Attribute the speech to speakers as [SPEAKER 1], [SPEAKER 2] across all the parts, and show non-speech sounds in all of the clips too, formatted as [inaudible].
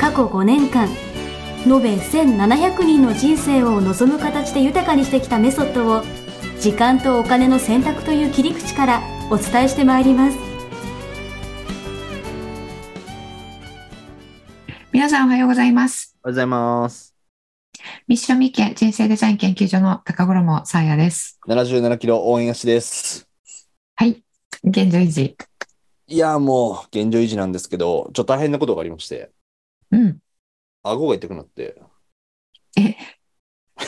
[SPEAKER 1] 過去5年間延べ1700人の人生を望む形で豊かにしてきたメソッドを時間とお金の選択という切り口からお伝えしてまいります
[SPEAKER 2] 皆さんおはようございます。
[SPEAKER 3] おはようございます。
[SPEAKER 2] ミッションミッケ人生デザイン研究所の高衣さあやです。
[SPEAKER 3] 77キロ応援足です。
[SPEAKER 2] はい。現状維持。
[SPEAKER 3] いやー、もう、現状維持なんですけど、ちょっと大変なことがありまして、
[SPEAKER 2] うん。
[SPEAKER 3] 顎が痛くなって。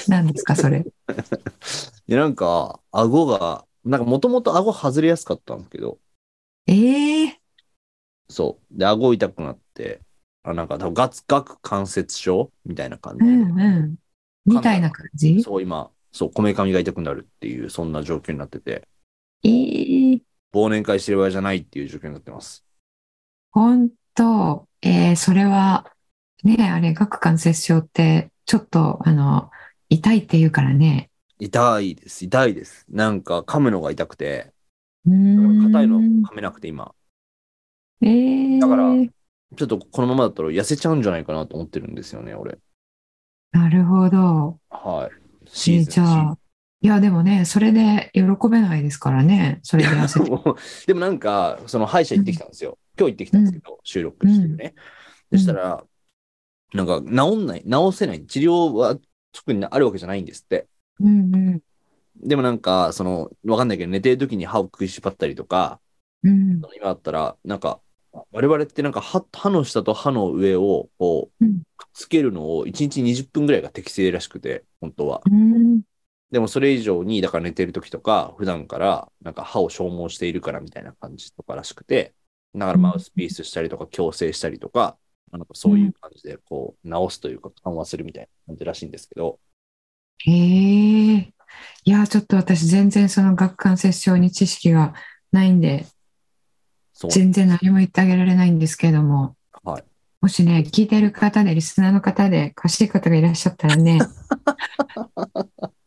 [SPEAKER 2] 何ですか、それ。 [laughs]
[SPEAKER 3] で、なんか、顎が、なんか、もともと顎外れやすかったんですけど、
[SPEAKER 2] ええ
[SPEAKER 3] そう。で、顎痛くなって、あなんか、多分ガツガク関節症みたいな感
[SPEAKER 2] う
[SPEAKER 3] じで、
[SPEAKER 2] んうん。みたいな感じ
[SPEAKER 3] そう、今、そう、こめかみが痛くなるっていう、そんな状況になってて、
[SPEAKER 2] ええ
[SPEAKER 3] 忘年会してる場合じゃないっていう状況になってます。
[SPEAKER 2] 本当えー、それは、ね、あれ、顎関節症って、ちょっと、あの、痛いって言うからね。
[SPEAKER 3] 痛いです、痛いです。なんか、噛むのが痛くて、
[SPEAKER 2] うーん。
[SPEAKER 3] 硬いの噛めなくて、今。
[SPEAKER 2] ええ
[SPEAKER 3] だからちょっとこのままだったら痩せちゃうんじゃないかなと思ってるんですよね、俺。
[SPEAKER 2] なるほど。
[SPEAKER 3] はい。
[SPEAKER 2] え
[SPEAKER 3] シーズン。
[SPEAKER 2] じゃあ、いや、でもね、それで喜べないですからね。それで痩
[SPEAKER 3] シ
[SPEAKER 2] せ
[SPEAKER 3] [laughs] ーズンでもなんか、その歯医者行ってきたんですよ。今日行ってきたんですけど、収録してるね。
[SPEAKER 2] うん
[SPEAKER 3] そしたら、なんか治んない、治せない、治療は特にあるわけじゃないんですって。
[SPEAKER 2] うんうん。
[SPEAKER 3] でもなんか、その、わかんないけど、寝てる時に歯を食いしばったりとか、
[SPEAKER 2] うん
[SPEAKER 3] 今だったら、なんか、我々ってなんか歯歯の下と歯の上をこう
[SPEAKER 2] うん
[SPEAKER 3] くっつけるのを1日20分ぐらいが適正らしくて、本当は。
[SPEAKER 2] うん
[SPEAKER 3] でもそれ以上に、だから寝てる時とか、普段からなんか歯を消耗しているからみたいな感じとからしくて、だからマウスピースしたりとか矯正したりとか、なんかそういう感じでこう直すというか緩和するみたいな感じらしいんですけど、
[SPEAKER 2] へえ。いや、ちょっと私、全然その顎関節症に知識がないんで、
[SPEAKER 3] そう。
[SPEAKER 2] 全然何も言ってあげられないんですけれども、
[SPEAKER 3] はい。
[SPEAKER 2] もしね、聞いてる方で、リスナーの方で、詳しい方がいらっしゃったら
[SPEAKER 3] [laughs]
[SPEAKER 2] ね、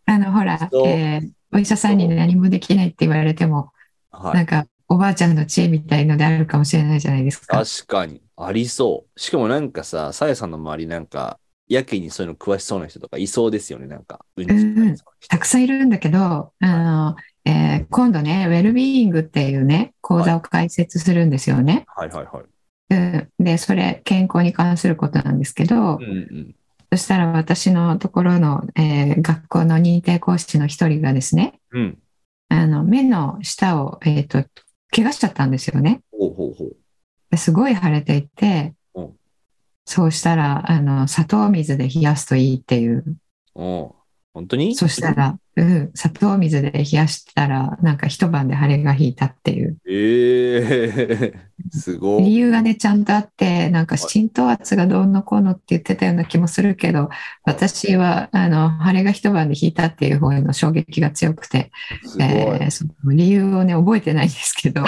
[SPEAKER 2] あの、ほら、
[SPEAKER 3] そう
[SPEAKER 2] えーお医者さんに何もできないって言われても、
[SPEAKER 3] は。
[SPEAKER 2] ないんか、おばあちゃんの知恵みたいのであるかもしれないじゃないですか。
[SPEAKER 3] 確かに、ありそう。しかもなんかさ、さやさんの周りなんか、やけにそういうの詳しそうな人とかいそうですよね、なんか。うん
[SPEAKER 2] たくさんいるんだけど、あの、えー今度ね、ウェルビーイングっていうね、講座を開設するんですよね。
[SPEAKER 3] はいはいはい。
[SPEAKER 2] うん、で、それ、健康に関することなんですけど
[SPEAKER 3] う、んうん。
[SPEAKER 2] そしたら私のところの、えー学校の認定講師の一人がですね、
[SPEAKER 3] うん。
[SPEAKER 2] あの、目の下を、えっと、怪我しちゃったんですよね。
[SPEAKER 3] ほうほうほう。
[SPEAKER 2] ですごい腫れていて
[SPEAKER 3] うん、
[SPEAKER 2] そうしたら、あの、砂糖水で冷やすといいっていう。
[SPEAKER 3] うん。本当に
[SPEAKER 2] そしたら、うん、砂糖水で冷やしたら、なんか一晩で腫れが引いたっていう。
[SPEAKER 3] ええすご
[SPEAKER 2] 理
[SPEAKER 3] い。
[SPEAKER 2] 由がね、ちゃんとあって、なんか浸透圧がどうのこうのって言ってたような気もするけど、私は、あの、腫れが一晩で引いたっていう方への衝撃が強くて、
[SPEAKER 3] すごい。
[SPEAKER 2] えーその理由をね、覚えてないんです
[SPEAKER 3] [laughs]
[SPEAKER 2] けど、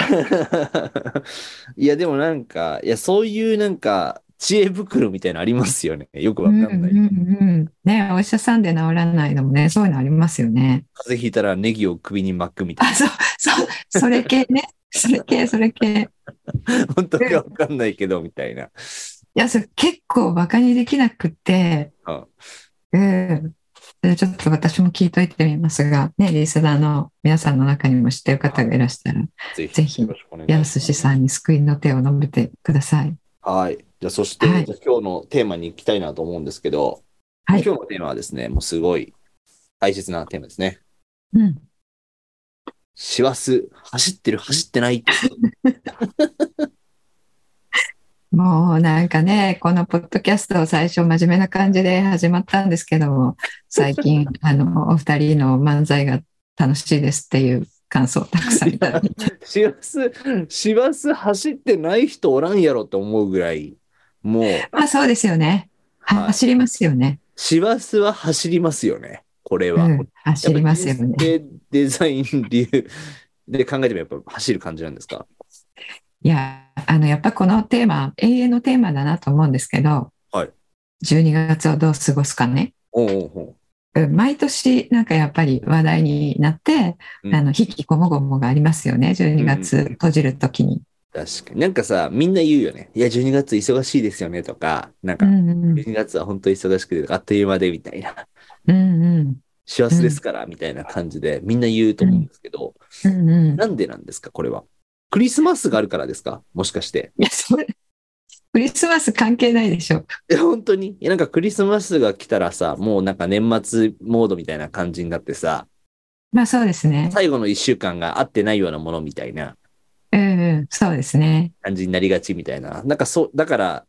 [SPEAKER 3] いや、でもなんか、いや、そういうなんか、知恵袋みたいなのありますよね。よくわ
[SPEAKER 2] う
[SPEAKER 3] か
[SPEAKER 2] ん
[SPEAKER 3] ん
[SPEAKER 2] う
[SPEAKER 3] な
[SPEAKER 2] ん
[SPEAKER 3] い。
[SPEAKER 2] うん。ね、お医者さんで治らないのもね、そういうのありますよね。
[SPEAKER 3] 風邪ひいたらネギを首に巻くみたい
[SPEAKER 2] あ、そう、そう、それ系ね。それ系、それ系。
[SPEAKER 3] な。本当かわかんないけど、みたいな。
[SPEAKER 2] いや、それ結構バカにできなくって、
[SPEAKER 3] うん
[SPEAKER 2] うん。でちょっと私も聞いといてみますが、ね、リスナーの皆さんの中にも知ってる方がいらしたら、
[SPEAKER 3] ぜひ。
[SPEAKER 2] ぜひ
[SPEAKER 3] よろしくお願いし
[SPEAKER 2] や
[SPEAKER 3] ま
[SPEAKER 2] す
[SPEAKER 3] す
[SPEAKER 2] しさんに救いの手を述べてください。
[SPEAKER 3] はい。じゃあ、そして、
[SPEAKER 2] はい
[SPEAKER 3] じゃあ今日のテーマに行きたいなと思うんですけど、
[SPEAKER 2] はい
[SPEAKER 3] 今日のテーマはですね、もうすごい大切なテーマですね。
[SPEAKER 2] うん。
[SPEAKER 3] 師走、走ってる、走ってないって。
[SPEAKER 2] もうなんかね、このポッドキャストを最初真面目な感じで始まったんですけども、最近、あの、お二人の漫才が楽しいですっていう感想をたくさんいただいて、
[SPEAKER 3] 師走、師走走ってない人おらんやろって思うぐらい、もう、
[SPEAKER 2] まあそうですよね。は
[SPEAKER 3] はい
[SPEAKER 2] 走りますよね。
[SPEAKER 3] 師走は走りますよね。これは。
[SPEAKER 2] うん、走りますよね。
[SPEAKER 3] やっぱ人生デザイン理由で考えてもやっぱ走る感じなんですか
[SPEAKER 2] いや、あの、やっぱこのテーマ、永遠のテーマだなと思うんですけど、
[SPEAKER 3] はい
[SPEAKER 2] 12月をどう過ごすかね。
[SPEAKER 3] おうおうおう
[SPEAKER 2] うん毎年なんかやっぱり話題になって、
[SPEAKER 3] うん
[SPEAKER 2] あの、引きこもごもがありますよね。12月閉じるときに。
[SPEAKER 3] 確かに。なんかさ、みんな言うよね。いや、12月忙しいですよねとか、なん
[SPEAKER 2] う
[SPEAKER 3] か、
[SPEAKER 2] んうん
[SPEAKER 3] 12月は本当に忙しくて、あっという間でみたいな、
[SPEAKER 2] うんうん
[SPEAKER 3] 幸せですからみたいな感じで、みんな言うと思うんですけど、
[SPEAKER 2] うんうん
[SPEAKER 3] なんでなんですか、これは。クリスマスがあるからですかもしかして。
[SPEAKER 2] [laughs] いや、それ、クリスマス関係ないでしょ。
[SPEAKER 3] いや本当に。いやなんかクリスマスが来たらさ、もうなんか年末モードみたいな感じになってさ、
[SPEAKER 2] まあそうですね。
[SPEAKER 3] 最後の一週間が合ってないようなものみたいな
[SPEAKER 2] うんうん、そうですね。
[SPEAKER 3] 感じになりがちみたいな。なんかそう、だから、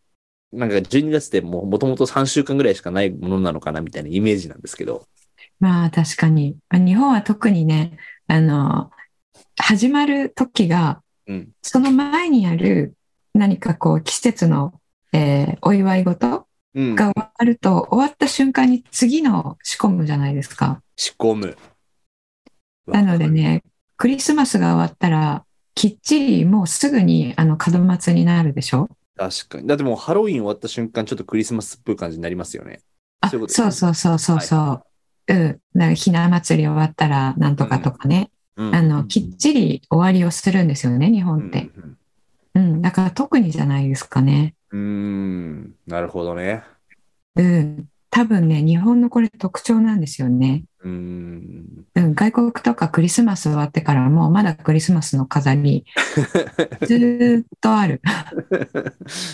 [SPEAKER 3] なんか12月ってもうもともと3週間ぐらいしかないものなのかなみたいなイメージなんですけど。
[SPEAKER 2] まあ確かに。まあ日本は特にね、あの、始まる時が、
[SPEAKER 3] うん。
[SPEAKER 2] その前にある何かこう季節の、えーお祝い事
[SPEAKER 3] うん。
[SPEAKER 2] が終わると、終わった瞬間に次の仕込むじゃないですか。
[SPEAKER 3] 仕込む。
[SPEAKER 2] なのでね、クリスマスが終わったら、きっちりもうすぐにあの門松になるでしょ
[SPEAKER 3] わかる。確かに。だってもうハロウィン終わった瞬間、ちょっとクリスマスっぽい感じになりますよね。
[SPEAKER 2] あ、
[SPEAKER 3] そういうことです
[SPEAKER 2] そ
[SPEAKER 3] ね
[SPEAKER 2] うそうそうそうそう。
[SPEAKER 3] は
[SPEAKER 2] うん。だからひな祭り終わったらなんとかとかね。
[SPEAKER 3] うん
[SPEAKER 2] あの、きっちり終わりをするんですよね、日本って。う
[SPEAKER 3] うん
[SPEAKER 2] ん、だから特にじゃないですかね。
[SPEAKER 3] うんうん。うーん。なるほどね。
[SPEAKER 2] うん。多分ね、日本のこれ特徴なんですよね。
[SPEAKER 3] うーん。
[SPEAKER 2] うん、外国とかクリスマス終わってからもまだクリスマスの飾
[SPEAKER 3] [laughs]
[SPEAKER 2] りずーっとある。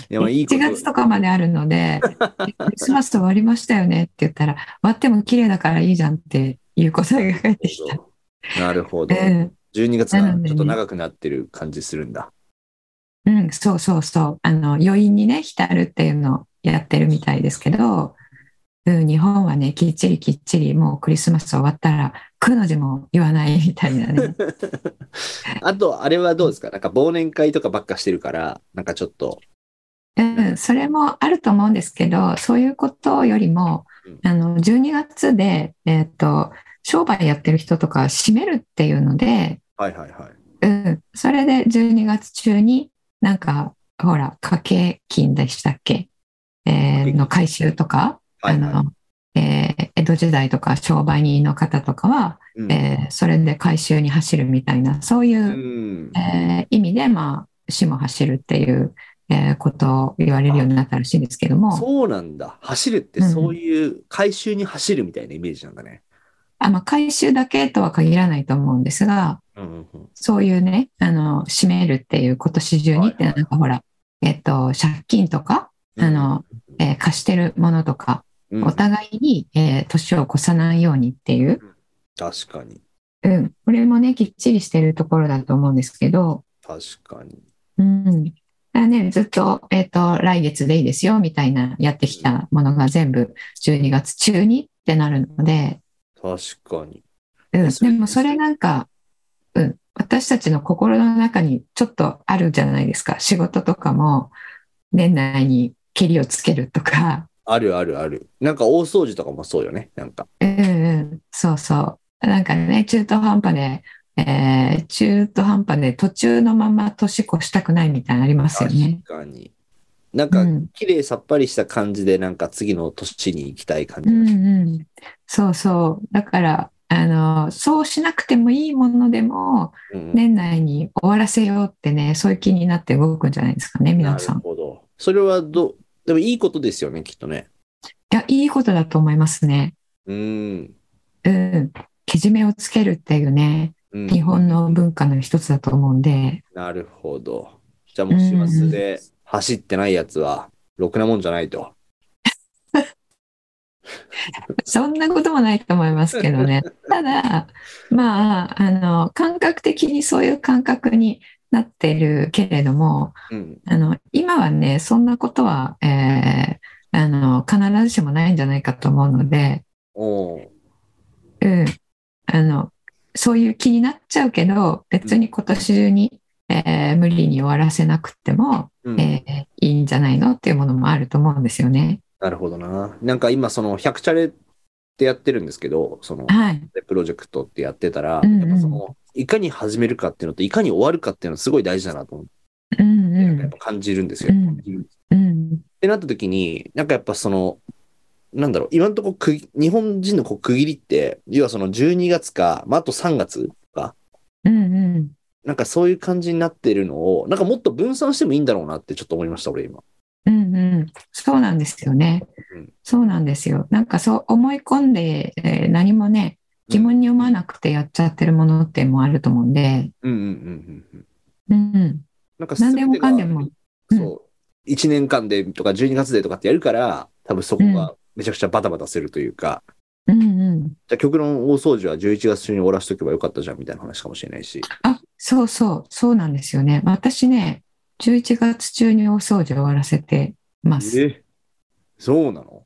[SPEAKER 3] いや、まあいいこ
[SPEAKER 2] 1
[SPEAKER 3] と。
[SPEAKER 2] 月とかまであるので、えクリスマス終わりましたよねって言ったら、終わっても綺麗だからいいじゃんっていう答えが返ってきた。
[SPEAKER 3] なるほど。
[SPEAKER 2] うん
[SPEAKER 3] 12月が
[SPEAKER 2] なのでね
[SPEAKER 3] ちょっと長くなってる感じするんだ。 [laughs]
[SPEAKER 2] うん、そうそうそう。あの、余韻にね、浸るっていうのをやってるみたいですけど、うん、日本はね、きっちりきっちり、もうクリスマス終わったら、くの字も言わないみたいなね。
[SPEAKER 3] あと、あれはどうですかなんか忘年会とかばっかしてるから、なんかちょっと、
[SPEAKER 2] うん、それもあると思うんですけど、そういうことよりも、あの、12月で、えっと、商売やってる人とか閉めるっていうので、
[SPEAKER 3] はいはいはい。
[SPEAKER 2] うん、それで12月中になんか、ほら、掛け金でしたっけえーの回収とか、
[SPEAKER 3] は
[SPEAKER 2] あ
[SPEAKER 3] いは
[SPEAKER 2] の、えー江戸時代とか商売人の方とかは、
[SPEAKER 3] い。うん
[SPEAKER 2] えーそれで回収に走るみたいな、そういうう、
[SPEAKER 3] ん。
[SPEAKER 2] えー意味で、まあ、市も走るっていう、えーことを言われるようになったらしいんですけども、
[SPEAKER 3] そうなんだ。走るって
[SPEAKER 2] うん
[SPEAKER 3] そういう回収に走るみたいなイメージなんだね。
[SPEAKER 2] あまあ、回収だけとは限らないと思うんですが、
[SPEAKER 3] うんうんうん。
[SPEAKER 2] そういうね、あの、閉めるっていう今年中にって、
[SPEAKER 3] は
[SPEAKER 2] な
[SPEAKER 3] いはい
[SPEAKER 2] んかほら、えっと、借金とか、あの、えー貸してるものとか、
[SPEAKER 3] うん、
[SPEAKER 2] お互いに、えー年を越さないようにっていう、
[SPEAKER 3] 確かに。
[SPEAKER 2] うん、これもね、きっちりしてるところだと思うんですけど、
[SPEAKER 3] 確かに。
[SPEAKER 2] うん。だからね、ずっと、えっ、と、来月でいいですよ、みたいな、やってきたものが全部12月中にってなるので、
[SPEAKER 3] 確かに。
[SPEAKER 2] うん。
[SPEAKER 3] それ
[SPEAKER 2] でもそれなんか、うん、私たちの心の中にちょっとあるじゃないですか。仕事とかも、年内にケリをつけるとか、 [laughs]
[SPEAKER 3] あるあるある。なんか大掃除とかもそうよね。なんか。
[SPEAKER 2] うんうん、そうそう。なんかね、中途半端で、えー中途半端で途中のまま年越したくないみたいなのありますよね
[SPEAKER 3] 確。かに。なんか
[SPEAKER 2] うん、
[SPEAKER 3] 綺麗さっぱりした感じで、なんか次の年に行きたい感
[SPEAKER 2] う
[SPEAKER 3] じが
[SPEAKER 2] ん
[SPEAKER 3] し
[SPEAKER 2] うん。そうそう。だから、あの、そうしなくてもいいものでも、
[SPEAKER 3] うんうん
[SPEAKER 2] 年内に終わらせようってね、そういう気になって動くんじゃないですかね、皆さ
[SPEAKER 3] なんる。ほど。それはどう、でもいいことですよね、きっとね。
[SPEAKER 2] いや、いいことだと思いますね。
[SPEAKER 3] うん。
[SPEAKER 2] うん。けじめをつけるっていうね、
[SPEAKER 3] うん、
[SPEAKER 2] 日本の文化の一つだと思うんで、
[SPEAKER 3] なるほど。じゃあもう師走で走ってないやつは、ろくなもんじゃないと。
[SPEAKER 2] そんなこともないと思いますけど
[SPEAKER 3] [laughs]
[SPEAKER 2] ね。ただ、まあ、あの、感覚的にそういう感覚になってるけれども、
[SPEAKER 3] うん。
[SPEAKER 2] あの、今はね、そんなことは、えーあの、必ずしもないんじゃないかと思うので、
[SPEAKER 3] おう
[SPEAKER 2] うん、あの、そういう気になっちゃうけど、別に今年中にえー無理に終わらせなくても、
[SPEAKER 3] うん
[SPEAKER 2] えーいいんじゃないのっていうものもあると思うんですよね。
[SPEAKER 3] なるほどな。なんか今、その、100チャレってやってるんですけど、その、
[SPEAKER 2] はい。
[SPEAKER 3] プロジェクトってやってたら、
[SPEAKER 2] うんうん
[SPEAKER 3] やっぱその、いかに始めるかっていうのと、いかに終わるかっていうのすごい大事だなと思っ
[SPEAKER 2] う
[SPEAKER 3] て、
[SPEAKER 2] ん
[SPEAKER 3] なんかやっ
[SPEAKER 2] う
[SPEAKER 3] ぱ感じるんですよ。
[SPEAKER 2] うんん。うん。
[SPEAKER 3] ってなった時に、なんかやっぱその、なんだろう、今のとこ区切日本人のこう区切りって、要はその12月か、まあ、あと3月か、
[SPEAKER 2] うんうん。
[SPEAKER 3] なんかそういう感じになってるのを、なんかもっと分散してもいいんだろうなってちょっと思いました、俺今。
[SPEAKER 2] うんうん、そうなんですよね
[SPEAKER 3] うん。
[SPEAKER 2] そうなんですよ。なんかそう思い込んで、えー何もね、疑問に思わなくてやっちゃってるものってもあると思うんで、
[SPEAKER 3] うんうんうんうんうん。
[SPEAKER 2] うん、
[SPEAKER 3] なんか
[SPEAKER 2] 何
[SPEAKER 3] 全て
[SPEAKER 2] で
[SPEAKER 3] が
[SPEAKER 2] もかんでも。うん
[SPEAKER 3] そう、1年間でとか12月でとかってやるから、多分そこがめちゃくちゃバタバタするというか、
[SPEAKER 2] うんうん、
[SPEAKER 3] じゃあ極論大掃除は11月中に終わらせとけばよかったじゃんみたいな話かもしれないし。
[SPEAKER 2] あそうそう、そうなんですよね。私ね、11月中にお掃除終わらせてます。
[SPEAKER 3] えそうなの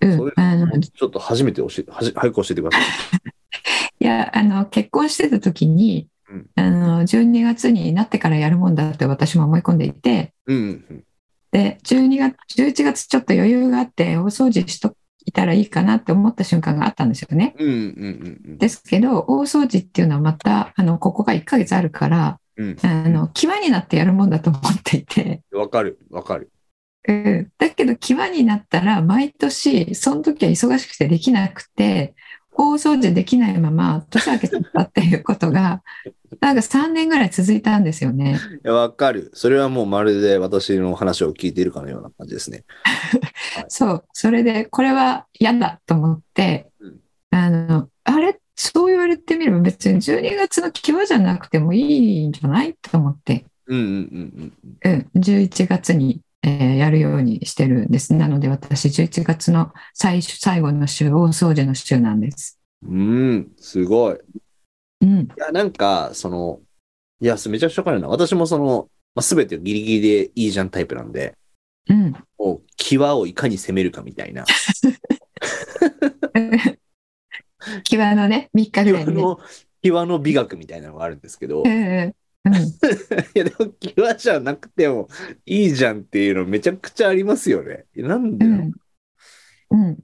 [SPEAKER 2] うん
[SPEAKER 3] それ
[SPEAKER 2] あのい
[SPEAKER 3] ちょっと初めて教えて、はじ早く教えてください。
[SPEAKER 2] やあの結婚してた時に、
[SPEAKER 3] うん
[SPEAKER 2] あの12月になってからやるもんだって私も思い込んでいて、
[SPEAKER 3] うんうんうん。
[SPEAKER 2] で12月11月ちょっと余裕があって大掃除しといたらいいかなって思った瞬間があったんですよね。
[SPEAKER 3] うんうんうんうん。
[SPEAKER 2] ですけど大掃除っていうのはまたあのここが1ヶ月あるから
[SPEAKER 3] うん
[SPEAKER 2] あの際になってやるもんだと思っていて、
[SPEAKER 3] わかる、わかる。
[SPEAKER 2] うん、だけど際になったら毎年その時は忙しくてできなくて大掃除できないまま年明けちゃったっていうこと
[SPEAKER 3] [laughs]
[SPEAKER 2] がなんか3年ぐらい続いたんですよね。
[SPEAKER 3] いやわかる。それはもうまるで私の話を聞いているかのような感じですね。
[SPEAKER 2] そう、それで、これは嫌だと思って
[SPEAKER 3] うん、
[SPEAKER 2] あの、あれ、そう言われてみれば別に12月の際じゃなくてもいいんじゃないと思って、
[SPEAKER 3] うんうんうんうん。
[SPEAKER 2] うん、11月に、えーやるようにしてるんです。なので私、11月の最終最後の週、大掃除の週なんです。
[SPEAKER 3] うん、すごい。
[SPEAKER 2] うん、
[SPEAKER 3] いや、なんか、その、いや、めちゃくちゃわかるな。私もその、まあ、全てギリギリでいいじゃんタイプなんで、
[SPEAKER 2] うん。
[SPEAKER 3] もう、際をいかに攻めるかみたいな。
[SPEAKER 2] 際のね、3日ぐら
[SPEAKER 3] 際
[SPEAKER 2] いにね。
[SPEAKER 3] の、際の美学みたいなのがあるんですけど、 [laughs]
[SPEAKER 2] う
[SPEAKER 3] い
[SPEAKER 2] んうんうん
[SPEAKER 3] や、でも、際じゃなくてもいいじゃんっていうのめちゃくちゃありますよね。なんで
[SPEAKER 2] う
[SPEAKER 3] なの、
[SPEAKER 2] んうん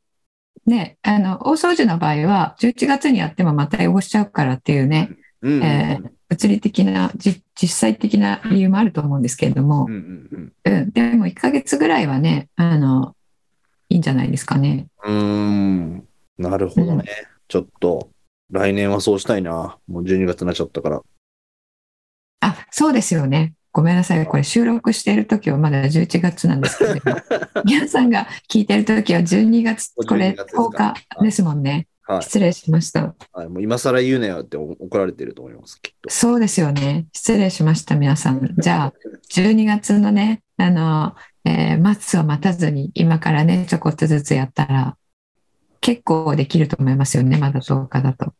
[SPEAKER 2] ね、あの大掃除の場合は11月にやってもまた汚しちゃうからっていうね
[SPEAKER 3] うんうんうん
[SPEAKER 2] え物理的なじ実際的な理由もあると思うんですけれども
[SPEAKER 3] うん、うん
[SPEAKER 2] うん、でも1ヶ月ぐらいはねあのいいんじゃないですかね。
[SPEAKER 3] うん。うーん。なるほどね。ちょっと、来年はそうしたいな。もう12月になっちゃったから。
[SPEAKER 2] あそうですよねごめんなさいこれ収録している時はまだ11月なんですけれ
[SPEAKER 3] [laughs]
[SPEAKER 2] ども皆さんが聞いてる時は12月こ
[SPEAKER 3] 12
[SPEAKER 2] れ
[SPEAKER 3] 月ですか
[SPEAKER 2] 10日ですもんね
[SPEAKER 3] はい
[SPEAKER 2] 失礼しました
[SPEAKER 3] はい、もう今更言うなよってお怒られてると思います、きっと。
[SPEAKER 2] そうですよね失礼しました皆さんじゃあ12月のねあの、えー末を待たずに今からねちょこっとずつやったら結構できると思いますよねまだ10日だと。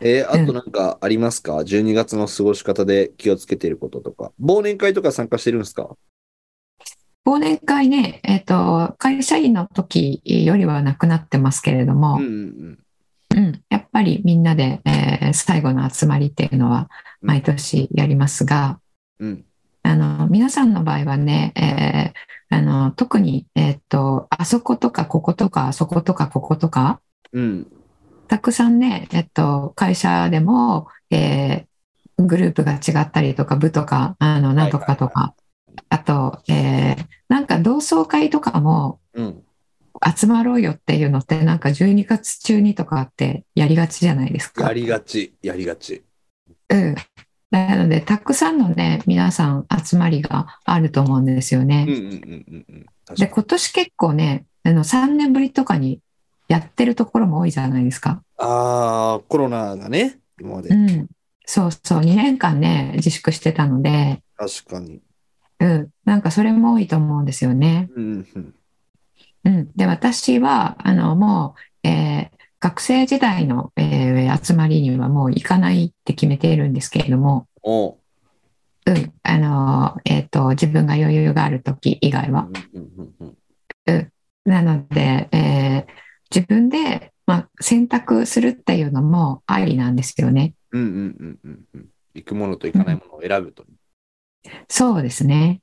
[SPEAKER 3] えーあとなんかありますか ?12 月の過ごし方で気をつけてることとか。忘年会とか参加してるんですか
[SPEAKER 2] 忘年会ね、えっと会社員の時よりはなくなってますけれども、
[SPEAKER 3] う
[SPEAKER 2] うん
[SPEAKER 3] うんん
[SPEAKER 2] やっぱりみんなで、えー最後の集まりっていうのは毎年やりますが、
[SPEAKER 3] うん。うん。
[SPEAKER 2] あの皆さんの場合はね、えーあの特に、えっとあそことかこことかあそことかこことか
[SPEAKER 3] うん。
[SPEAKER 2] たくさんね、えっと、会社でも、えーグループが違ったりとか部とかあのなんとかとか、あと、えーなんか同窓会とかも
[SPEAKER 3] うん。
[SPEAKER 2] 集まろうよっていうのってなんか12月中にとかってやりがちじゃないですか。
[SPEAKER 3] やりがち、やりがち。
[SPEAKER 2] うん、なのでたくさんのね皆さん集まりがあると思うんですよね。
[SPEAKER 3] うんうんうんうんうん。確か
[SPEAKER 2] で
[SPEAKER 3] に。
[SPEAKER 2] 今年結構ねあの3年ぶりとかにやってるところも多いじゃないですか。
[SPEAKER 3] あー、コロナがね、今まで
[SPEAKER 2] う。ん、そうそう2年間ね自粛してたので、
[SPEAKER 3] 確かに。
[SPEAKER 2] うん、なんかそれも多いと思うんですよね。
[SPEAKER 3] うんうん
[SPEAKER 2] うん、で私はあのもう、えー学生時代の、えー集まりにはもう行かないって決めているんですけれども、
[SPEAKER 3] おう
[SPEAKER 2] うん、あのえっ、と自分が余裕がある時以外は。
[SPEAKER 3] うんうんうんうん
[SPEAKER 2] なので、えー自分で、まあ、選択するっていうのもありなんですよね。
[SPEAKER 3] うんうんうんうんうん。行くものと行かないものを選ぶと。
[SPEAKER 2] そうですね。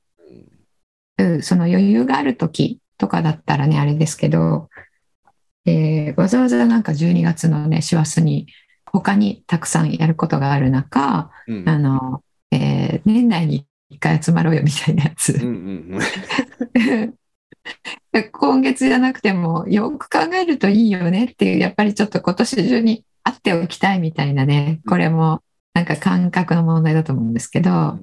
[SPEAKER 2] うん、その余裕がある時とかだったらね、あれですけど、えーわざわざなんか12月のね、師走に他にたくさんやることがある中、
[SPEAKER 3] うん。うん
[SPEAKER 2] あの、えー年内に一回集まろうよみたいなやつ。
[SPEAKER 3] うんうんうん。
[SPEAKER 2] 今月じゃなくてもよく考えるといいよねっていうやっぱりちょっと今年中に会っておきたいみたいなねこれもなんか感覚の問題だと思うんですけど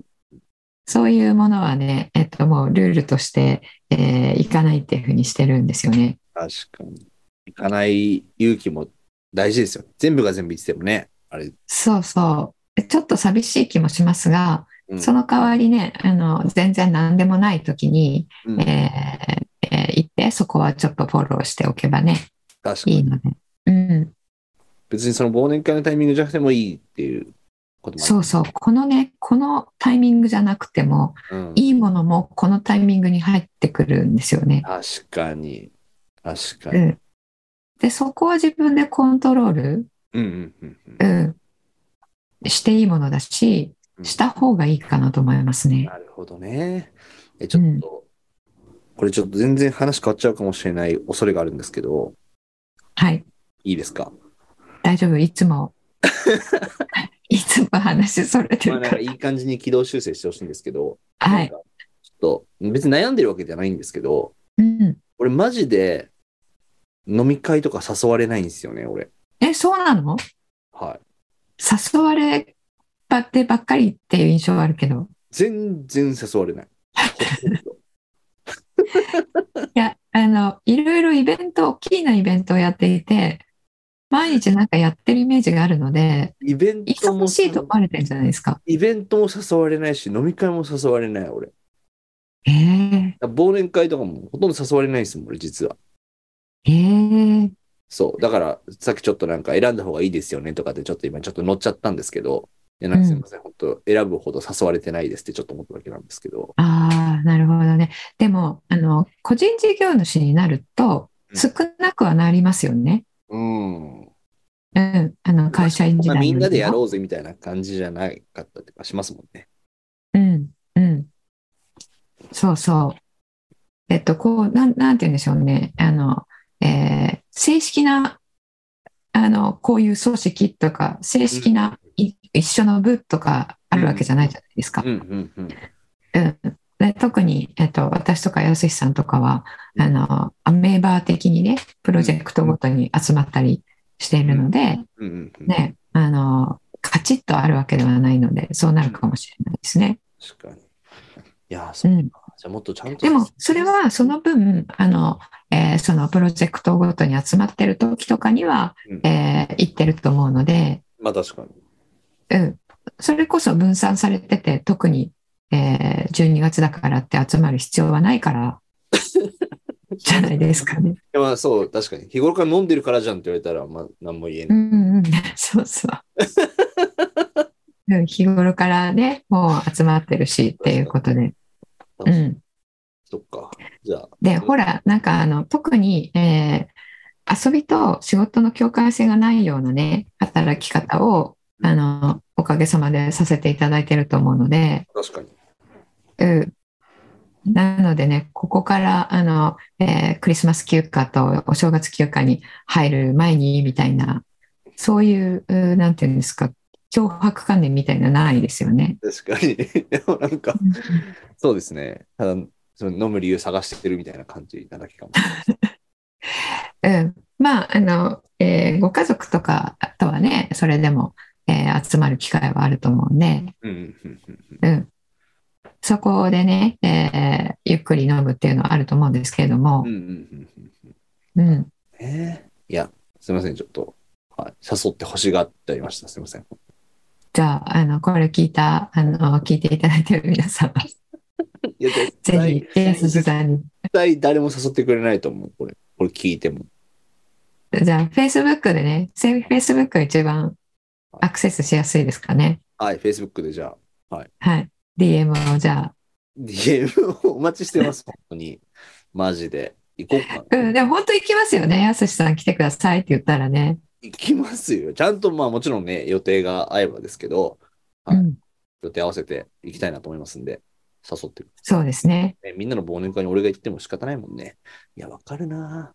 [SPEAKER 2] そういうものはね、えっと、もうルールとして、えーいかないっていうふうにしてるんですよね。
[SPEAKER 3] 確かに。行かない勇気も大事ですよね。全部が全部言っててもね、あれ。
[SPEAKER 2] そうそうちょっと寂しい気もしますが
[SPEAKER 3] うん
[SPEAKER 2] その代わりねあの全然何でもない時に、
[SPEAKER 3] うん
[SPEAKER 2] えーえー行ってそこはちょっとフォローしておけばね
[SPEAKER 3] 確か
[SPEAKER 2] いい
[SPEAKER 3] に。
[SPEAKER 2] ので。うん
[SPEAKER 3] 別にその忘年会のタイミングじゃなくてもいいっていうこともある。
[SPEAKER 2] そうそう、このね、このタイミングじゃなくても、
[SPEAKER 3] うん
[SPEAKER 2] いいものもこのタイミングに入ってくるんですよね。
[SPEAKER 3] 確かに。確か
[SPEAKER 2] う
[SPEAKER 3] に。
[SPEAKER 2] ん、で、そこは自分でコントロール、
[SPEAKER 3] うんうんうんうん
[SPEAKER 2] うん、していいものだし、
[SPEAKER 3] うん
[SPEAKER 2] した方がいいかなと思いますね。
[SPEAKER 3] なるほどね。え、ちょっと、これちょっと全然話変わっちゃうかもしれない恐れがあるんですけど、
[SPEAKER 2] はい、
[SPEAKER 3] いいですか
[SPEAKER 2] 大丈夫、いつ
[SPEAKER 3] [laughs]
[SPEAKER 2] も。いつも話それて
[SPEAKER 3] まあ
[SPEAKER 2] る
[SPEAKER 3] なん
[SPEAKER 2] か。
[SPEAKER 3] からいい感じに軌道修正してほしいんですけど、
[SPEAKER 2] は
[SPEAKER 3] なん
[SPEAKER 2] い。
[SPEAKER 3] かちょっと、別に悩んでるわけじゃないんですけど、
[SPEAKER 2] うん。
[SPEAKER 3] 俺マジで飲み会とか誘われないんですよね、俺。
[SPEAKER 2] え、そうなの
[SPEAKER 3] はい。
[SPEAKER 2] 誘われてばっかりっていう印象はあるけど。
[SPEAKER 3] 全然誘われない。ほとんど
[SPEAKER 2] いや、あの、いろいろイベント、大きなイベントをやっていて、毎日なんかやってるイメージがあるので、
[SPEAKER 3] イベントも
[SPEAKER 2] 忙しいと思われてるんじゃないですか。
[SPEAKER 3] イベントも誘われないし、飲み会も誘われない、俺。
[SPEAKER 2] ええ
[SPEAKER 3] 忘年会とかもほとんど誘われないですもん、俺、実は。
[SPEAKER 2] ええ
[SPEAKER 3] そう。だから、さっきちょっとなんか選んだ方がいいですよねとかって、ちょっと今ちょっと乗っちゃったんですけど、いや、なんかすみません、本当選ぶほど誘われてないですってちょっと思っただけなんですけど。
[SPEAKER 2] ああ、なるほどね。でも、あの、個人事業主になると、
[SPEAKER 3] うん
[SPEAKER 2] 少なくはなりますよね。
[SPEAKER 3] うん。
[SPEAKER 2] うん、あの、会社員時
[SPEAKER 3] まあ
[SPEAKER 2] 代
[SPEAKER 3] みんなでや
[SPEAKER 2] う。
[SPEAKER 3] ろうぜみたいな感じじゃなかったりとかしますもんね。
[SPEAKER 2] うん、うん。そうそう。えっと、こう、なん、なんて言うんでしょうね。あの、えー正式な、あの、こういう組織とか、正式な、い一緒の部とかあるわけじゃないじゃないですか
[SPEAKER 3] う。んうんうん。
[SPEAKER 2] で特に、えっと、私とか安志さんとかは、あの、アメーバー的にね、プロジェクトごとに集まったりしているので、
[SPEAKER 3] うんうんうん。
[SPEAKER 2] ね、あの、カチッとあるわけではないので、そうなるかもしれないですね。
[SPEAKER 3] 確かに。いや、
[SPEAKER 2] う
[SPEAKER 3] そう。
[SPEAKER 2] ん。
[SPEAKER 3] じゃあもっとちゃんと。
[SPEAKER 2] でも、それはその分、あの、えーそのプロジェクトごとに集まってる時とかには、
[SPEAKER 3] うん
[SPEAKER 2] えー行ってると思うので、
[SPEAKER 3] まあ確かに。
[SPEAKER 2] うん。それこそ分散されてて、特に、えー12月だからって集まる必要はないから、じゃないですかね。
[SPEAKER 3] いやまあそう、確かに。日頃から飲んでるからじゃんって言われたら、まあ何も言え
[SPEAKER 2] う
[SPEAKER 3] ない。
[SPEAKER 2] んうん、そうそう。うん日頃からね、もう集まってるしっていうことで。うん。
[SPEAKER 3] そっか。じゃあ。
[SPEAKER 2] で、ほら、なんかあの、特に、えー遊びと仕事の境界性がないようなね、働き方を、あの、おかげさまでさせていただいてると思うので、
[SPEAKER 3] 確かに。
[SPEAKER 2] うんなのでね、ここから、あの、えークリスマス休暇とお正月休暇に入る前に、みたいな、そういう、うなんていうんですか、脅迫観念みたいなのないですよね。
[SPEAKER 3] 確かに。でもなんか、そうですね。ただ、その飲む理由探してるみたいな感じなだけかもしれない。
[SPEAKER 2] うん、まああの、えーご家族とかとはねそれでも、えー集まる機会はあると思うんで
[SPEAKER 3] うんうんうんうん。
[SPEAKER 2] そこでね、えーゆっくり飲むっていうのはあると思うんですけれども
[SPEAKER 3] うんう、んうんうんう
[SPEAKER 2] う
[SPEAKER 3] ん。
[SPEAKER 2] ん、
[SPEAKER 3] ええいや、すみません、ちょっと、はい、誘って欲しがっちゃいました。すみません。
[SPEAKER 2] じゃああのこれ聞いたあの聞いていただいてる皆さ [laughs] ん
[SPEAKER 3] いや、絶
[SPEAKER 2] ぜ
[SPEAKER 3] 対、
[SPEAKER 2] ひエース時代に
[SPEAKER 3] 絶対誰も誘ってくれないと思う、これ。これ聞いても。
[SPEAKER 2] じゃあ Facebook でねフェイスブックが一番アクセスしやすいですかね
[SPEAKER 3] はい、Facebook でじゃあ、
[SPEAKER 2] はい DM をじゃあ
[SPEAKER 3] DM をお待ちしてます、本当に。マジで。行こうか
[SPEAKER 2] う
[SPEAKER 3] な。
[SPEAKER 2] んでも本当行きますよねやすしさん来てくださいって言ったらね、
[SPEAKER 3] 行きますよ。ちゃんと、まあもちろんね、予定が合えばですけど、
[SPEAKER 2] うん
[SPEAKER 3] 予定合わせて行きたいなと思いますんで。誘ってくる。
[SPEAKER 2] そうですね。
[SPEAKER 3] ねみんなの忘年会に俺が行っても仕方ないもんね。いや、わかるな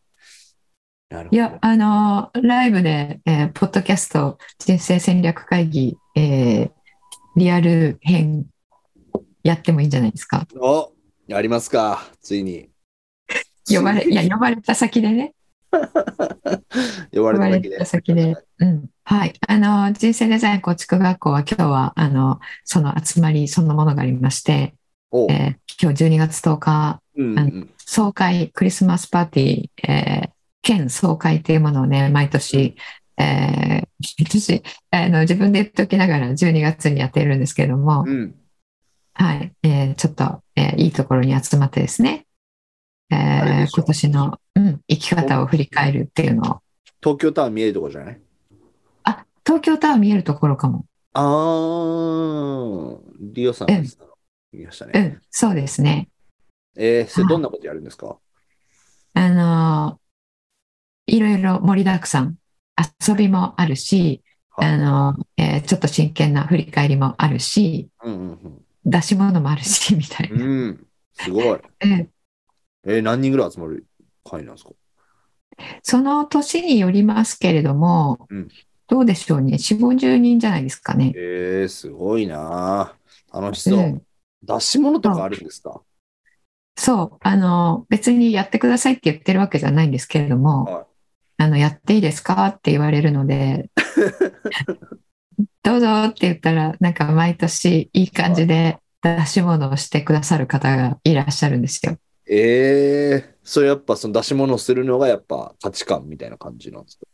[SPEAKER 3] な
[SPEAKER 2] い
[SPEAKER 3] るほど。
[SPEAKER 2] や、あのーライブで、えーポッドキャスト人生戦略会議、えーリアル編やってもいいんじゃないですか。
[SPEAKER 3] おやりますか、ついに。
[SPEAKER 2] [laughs] 呼ばれ、いや、 [laughs] 呼ばれた先でね。
[SPEAKER 3] 呼
[SPEAKER 2] 呼
[SPEAKER 3] ば
[SPEAKER 2] ば
[SPEAKER 3] れた
[SPEAKER 2] れ
[SPEAKER 3] だけで。
[SPEAKER 2] た先で。うん。はい。あのー、人生デザイン構築学校は今日は、あのー、その集まりそのものがありまして、
[SPEAKER 3] おう、
[SPEAKER 2] えー今日12月10日、
[SPEAKER 3] うんうん、
[SPEAKER 2] 総会、クリスマスパーティー、えー県総会っていうものをね、毎年、えー毎年、あの、自分で言っておきながら12月にやっているんですけども、
[SPEAKER 3] うん。
[SPEAKER 2] はい、えーちょっと、えーいいところに集まってですね、え
[SPEAKER 3] あれ
[SPEAKER 2] ー
[SPEAKER 3] でしょ
[SPEAKER 2] 今年の、うん、生き方を振り返るっていうのを、
[SPEAKER 3] 東京タワー見えるとこじゃない
[SPEAKER 2] あ、東京タワー見えるところかも。
[SPEAKER 3] あー、リオさんがしたの見ました
[SPEAKER 2] う
[SPEAKER 3] ね。
[SPEAKER 2] ん、そうですね。
[SPEAKER 3] えー、それどんなことやるんですか
[SPEAKER 2] あのーいろいろ盛りだくさん、遊びもあるし、
[SPEAKER 3] はい
[SPEAKER 2] あのーえーちょっと真剣な振り返りもあるし、
[SPEAKER 3] うんうん
[SPEAKER 2] 出し物もあるし、みたい
[SPEAKER 3] うん。
[SPEAKER 2] な。
[SPEAKER 3] うん、すごい。
[SPEAKER 2] え
[SPEAKER 3] えー、何人ぐらい集まる会なんですか
[SPEAKER 2] えその年によりますけれども、
[SPEAKER 3] うん
[SPEAKER 2] どうでしょうね、4、50人じゃないですかね。
[SPEAKER 3] えー、すごいな楽しそう。
[SPEAKER 2] うん
[SPEAKER 3] 出し物とかあるんですか
[SPEAKER 2] そう、あの、別にやってくださいって言ってるわけじゃないんですけれども、
[SPEAKER 3] はい
[SPEAKER 2] あの、やっていいですかって言われるの
[SPEAKER 3] [laughs]
[SPEAKER 2] で、どうぞって言ったら、なんか毎年いい感じで出し物をしてくださる方がいらっしゃるんですよ。
[SPEAKER 3] えー、それやっぱその出し物をするのがやっぱ価値観みたいな感じなんですか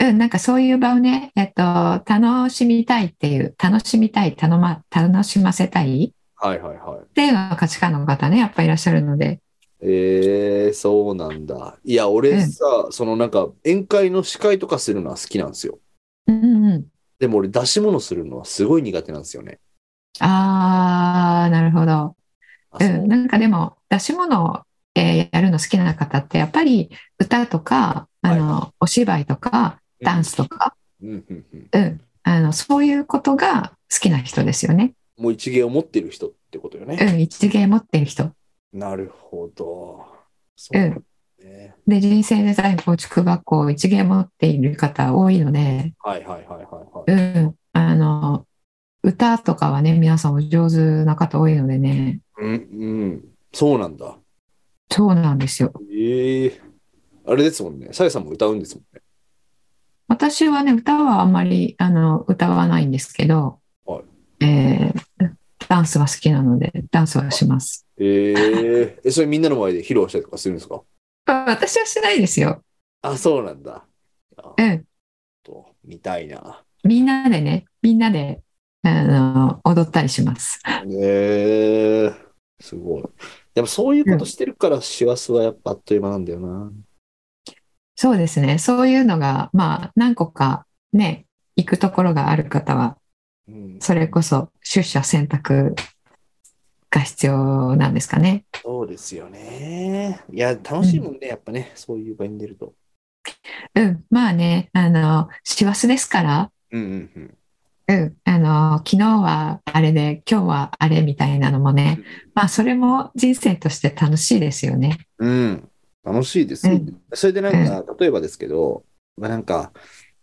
[SPEAKER 2] うん、なんかそういう場をね、えっと、楽しみたいっていう、楽しみたい、頼ま、楽しませたい
[SPEAKER 3] はいはいはい。
[SPEAKER 2] っていうのが価値観の方ね、やっぱいらっしゃるので、
[SPEAKER 3] えー、そうなんだ。いや、俺さ、そのなんか宴会の司会とかするのは好きなんですよ。
[SPEAKER 2] うんうん。
[SPEAKER 3] でも俺出し物するのはすごい苦手なんですよね。
[SPEAKER 2] あー、なるほど。
[SPEAKER 3] あ
[SPEAKER 2] う、
[SPEAKER 3] そうん
[SPEAKER 2] なんかでも出し物を、えーやるの好きな方ってやっぱり歌とかあの、お芝居とかダンスとか、
[SPEAKER 3] うんうんうん
[SPEAKER 2] うん、あのそういうことが好きな人ですよね。
[SPEAKER 3] もう一芸を持ってる人ってことよ
[SPEAKER 2] う
[SPEAKER 3] ね。
[SPEAKER 2] ん、一芸持ってる人。
[SPEAKER 3] なるほど。そうう、
[SPEAKER 2] ん、
[SPEAKER 3] ね。
[SPEAKER 2] で人生デザイン構築学校一芸持っている方多いので、
[SPEAKER 3] はいはいはいはいは
[SPEAKER 2] う
[SPEAKER 3] い。
[SPEAKER 2] ん、あの歌とかはね皆さんお上手な方多いのでね
[SPEAKER 3] うんうん。そうなんだ。
[SPEAKER 2] そうなんですよ。
[SPEAKER 3] ええあれですもんね。さやさんも歌うんですもんね。
[SPEAKER 2] 私はね、歌はあんまりあの歌わないんですけど、
[SPEAKER 3] は
[SPEAKER 2] えーダンスは好きなので、ダンスはします。
[SPEAKER 3] え
[SPEAKER 2] [laughs]
[SPEAKER 3] ええ、それみんなの前で披露したりとかするんですか
[SPEAKER 2] あ私はしないですよ。
[SPEAKER 3] あ、そうなんだ。あ
[SPEAKER 2] うん。
[SPEAKER 3] と、見たいな。
[SPEAKER 2] みんなでね、みんなで、あの、踊ったりします。
[SPEAKER 3] ええすごい。でもそういうことしてるから、師走はやっぱあっという間なんだよな。
[SPEAKER 2] そうですね。そういうのが、まあ、何個かね、行くところがある方は、
[SPEAKER 3] うん、
[SPEAKER 2] それこそ出社選択が必要なんですかね。
[SPEAKER 3] そうですよね。いや、楽しいもんね、やっぱね、そういう場に出ると。
[SPEAKER 2] うん。まあね、あの、師走ですから、
[SPEAKER 3] うんうんうん。
[SPEAKER 2] うん、あの昨日はあれで今日はあれみたいなのもね、まあ、それも人生として楽しいですよね。
[SPEAKER 3] うん、楽しいです、
[SPEAKER 2] うん
[SPEAKER 3] それでなんか、例えばですけど、まあ、なんか、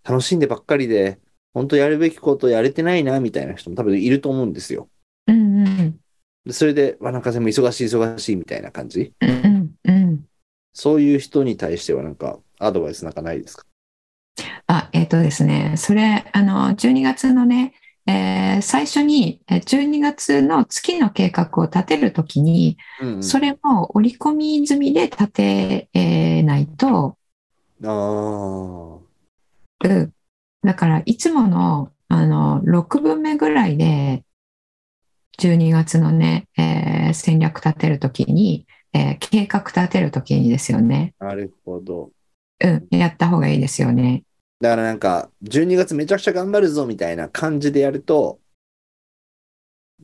[SPEAKER 3] 楽しんでばっかりで、本当やるべきことやれてないな、みたいな人も多分いると思うんですよ。
[SPEAKER 2] うんうん
[SPEAKER 3] でそれで、まあ、なんかでも忙しい忙しいみたいな感じ。
[SPEAKER 2] うんうん、
[SPEAKER 3] そういう人に対してはなんか、アドバイスなんかないですか
[SPEAKER 2] あえっ、とですねそれあの12月のね、えー最初にえー12月の月の計画を立てるときに
[SPEAKER 3] うんうん、
[SPEAKER 2] それも織り込み済みで立てえーないと、
[SPEAKER 3] ああ。
[SPEAKER 2] うん、だからいつものあの6分目ぐらいで12月のね、えー戦略立てるときに、えー計画立てるときにですよね、
[SPEAKER 3] なるほど。
[SPEAKER 2] うん、やった方がいいですよね。
[SPEAKER 3] だからなんか、12月めちゃくちゃ頑張るぞみたいな感じでやると、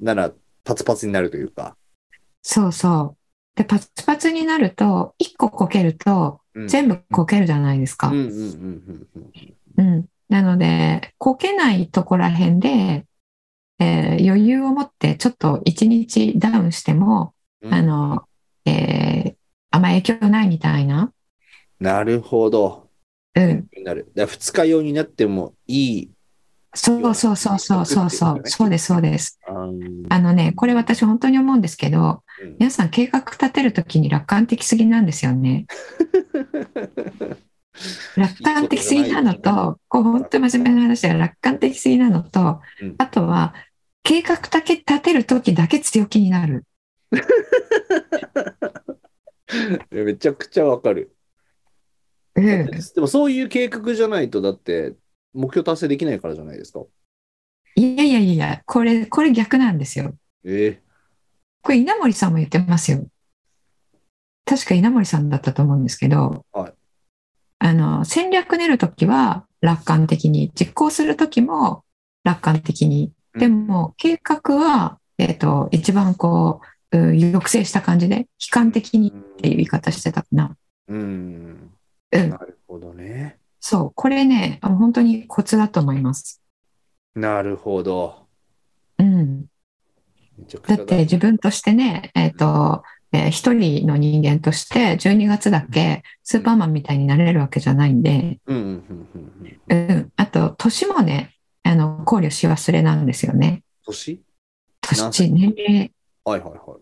[SPEAKER 3] なら、パツパツになるというか。
[SPEAKER 2] そうそう。でパツパツになると1個こけると
[SPEAKER 3] うん
[SPEAKER 2] 全部こけるじゃないですか。
[SPEAKER 3] うんうんうんうんうん。
[SPEAKER 2] うん、なのでこけないとこら辺でえー余裕を持ってちょっと一日ダウンしても、
[SPEAKER 3] うん
[SPEAKER 2] あの、えーあんま影響ないみたいな。
[SPEAKER 3] なるほど。
[SPEAKER 2] うん。
[SPEAKER 3] なる。だから二日用になってもいい。
[SPEAKER 2] そうそうそうそうそうそう。そうです、そうです。
[SPEAKER 3] あー
[SPEAKER 2] あのね、これ私本当に思うんですけど、
[SPEAKER 3] うん
[SPEAKER 2] 皆さん計画立てるときに楽観的すぎなんですよ
[SPEAKER 3] [laughs]
[SPEAKER 2] ね。楽観的すぎなのと、こう本当に真面目な話で楽観的すぎなのと
[SPEAKER 3] うん、
[SPEAKER 2] あとは計画だけ立てるときだけ強気になる。
[SPEAKER 3] めちゃくちゃわかる。
[SPEAKER 2] うん、
[SPEAKER 3] でもそういう計画じゃないと、だって目標達成できないからじゃないですか。
[SPEAKER 2] いやいやいやいや、これ、これ逆なんですよ。
[SPEAKER 3] え
[SPEAKER 2] これ稲森さんも言ってますよ。確か稲森さんだったと思うんですけど、
[SPEAKER 3] はい
[SPEAKER 2] あの戦略練るときは楽観的に、実行するときも楽観的に、
[SPEAKER 3] うん
[SPEAKER 2] でも計画は、えっと一番こううん抑制した感じで悲観的にっていう言い方してたかな。
[SPEAKER 3] うん。
[SPEAKER 2] うん
[SPEAKER 3] なるほどね。
[SPEAKER 2] そう、これね、あの本当にコツだと思います。
[SPEAKER 3] なるほど。
[SPEAKER 2] うん、
[SPEAKER 3] めちゃくち
[SPEAKER 2] だ
[SPEAKER 3] ゃ
[SPEAKER 2] っ。て自分としてね、えっとえー一人の人間として12月だけスーパーマンみたいになれるわけじゃないんで、
[SPEAKER 3] うんうんうんうんうん。
[SPEAKER 2] うん、あと年もねあの考慮し忘れなんですよね
[SPEAKER 3] 年
[SPEAKER 2] 年年齢
[SPEAKER 3] はいはいはい。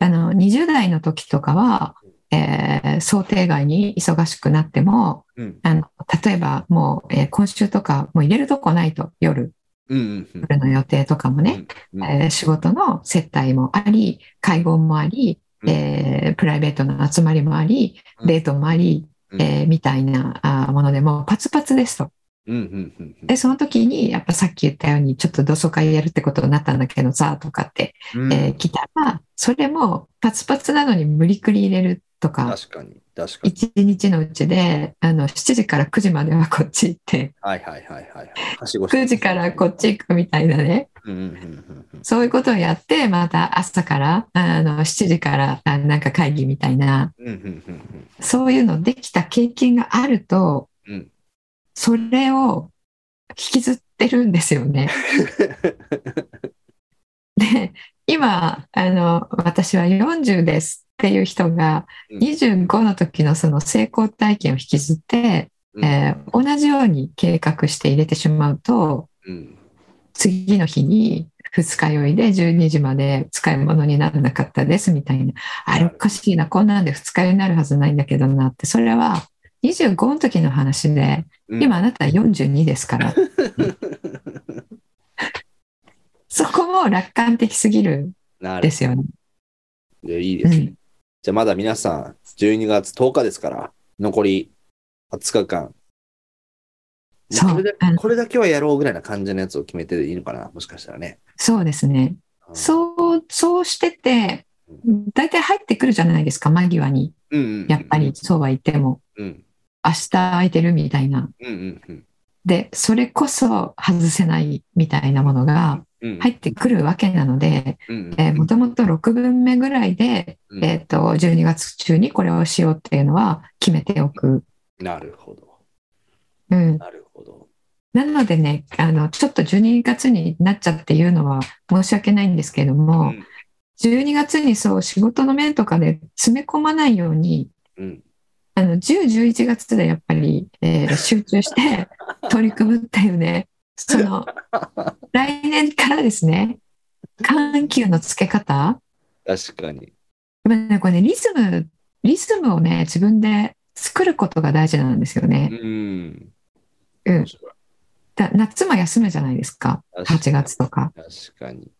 [SPEAKER 2] あの20代の時とかは、えー想定外に忙しくなっても
[SPEAKER 3] うん。
[SPEAKER 2] あの例えばもう、えー今週とかもう入れるとこないと夜
[SPEAKER 3] うんうんうん。
[SPEAKER 2] 夜の予定とかもね、
[SPEAKER 3] うん
[SPEAKER 2] えー仕事の接待もあり会合もあり、
[SPEAKER 3] うん
[SPEAKER 2] えープライベートの集まりもあり
[SPEAKER 3] うん
[SPEAKER 2] デートもあり、
[SPEAKER 3] うん
[SPEAKER 2] えーみたいなあーものでもうパツパツですと。
[SPEAKER 3] うんうんうんうん
[SPEAKER 2] でその時にやっぱさっき言ったようにちょっと同窓会やるってことになったんだけどさとかって、
[SPEAKER 3] うん
[SPEAKER 2] えー来たらそれもパツパツなのに無理くり入れるとか
[SPEAKER 3] 確かに、確かに。
[SPEAKER 2] 一日のうちであの7時から9時まではこっち行って
[SPEAKER 3] はいはいはいはいはい。はしごして
[SPEAKER 2] 9時からこっち行くみたいなね
[SPEAKER 3] うんうんうんうんうん。
[SPEAKER 2] そういうことをやって、また朝から、あの、7時から、あなんか会議みたいな、
[SPEAKER 3] うんうんうん
[SPEAKER 2] そういうのできた経験があると、
[SPEAKER 3] うんうん。
[SPEAKER 2] それを引きずってるんですよね。で、今、あの、私は40ですっていう人が、
[SPEAKER 3] うん
[SPEAKER 2] 25の時のその成功体験を引きずって、
[SPEAKER 3] うん
[SPEAKER 2] えー同じように計画して入れてしまうと、
[SPEAKER 3] うん
[SPEAKER 2] 次の日に二日酔いで12時まで使い物にならなかったですみたいなあれおかしいなこんなんで二日酔いになるはずないんだけどなってそれは25の時の話で
[SPEAKER 3] うん
[SPEAKER 2] 今あなた42ですから
[SPEAKER 3] [laughs]
[SPEAKER 2] そこも楽観的すぎる
[SPEAKER 3] なる
[SPEAKER 2] ですよね。
[SPEAKER 3] じゃあいいうですね。
[SPEAKER 2] ん、
[SPEAKER 3] じゃあまだ皆さん、12月10日ですから、残り20日間。
[SPEAKER 2] そう
[SPEAKER 3] これだ
[SPEAKER 2] あの
[SPEAKER 3] これだけはやろうぐらいな感じのやつを決めていいのかな、もしかしたらね。
[SPEAKER 2] そうですね
[SPEAKER 3] うん
[SPEAKER 2] そうそうしてて大体入ってくるじゃないですか間際に
[SPEAKER 3] うんうんうん
[SPEAKER 2] やっぱりそうは言っても
[SPEAKER 3] うん
[SPEAKER 2] 明日空いてるみたいな
[SPEAKER 3] うんうんうん
[SPEAKER 2] で、それこそ外せないみたいなものが
[SPEAKER 3] うん
[SPEAKER 2] 入ってくるわけなので、
[SPEAKER 3] うんうん
[SPEAKER 2] えーもともと6分目ぐらいで、
[SPEAKER 3] うん
[SPEAKER 2] えっ、と、12月中にこれをしようっていうのは決めておく。
[SPEAKER 3] なるほど。
[SPEAKER 2] うん。
[SPEAKER 3] なるほど。
[SPEAKER 2] なのでね、あの、ちょっと12月になっちゃっていうのは申し訳ないんですけど
[SPEAKER 3] う
[SPEAKER 2] も、
[SPEAKER 3] ん
[SPEAKER 2] 12月にそう仕事の面とかで詰め込まないように、
[SPEAKER 3] うん
[SPEAKER 2] あの、10、11月でやっぱり、えー集中
[SPEAKER 3] [laughs]
[SPEAKER 2] して取り組むっていうね、その、来年からですね、緩急のつけ方、
[SPEAKER 3] 確かに。
[SPEAKER 2] まあねこれね、リズム、リズムをね、自分で作ることが大事なんですよ
[SPEAKER 3] う
[SPEAKER 2] ね。
[SPEAKER 3] ん。
[SPEAKER 2] うん
[SPEAKER 3] 面白い
[SPEAKER 2] だ夏も休むじゃないですか、8月とか。
[SPEAKER 3] 確かに。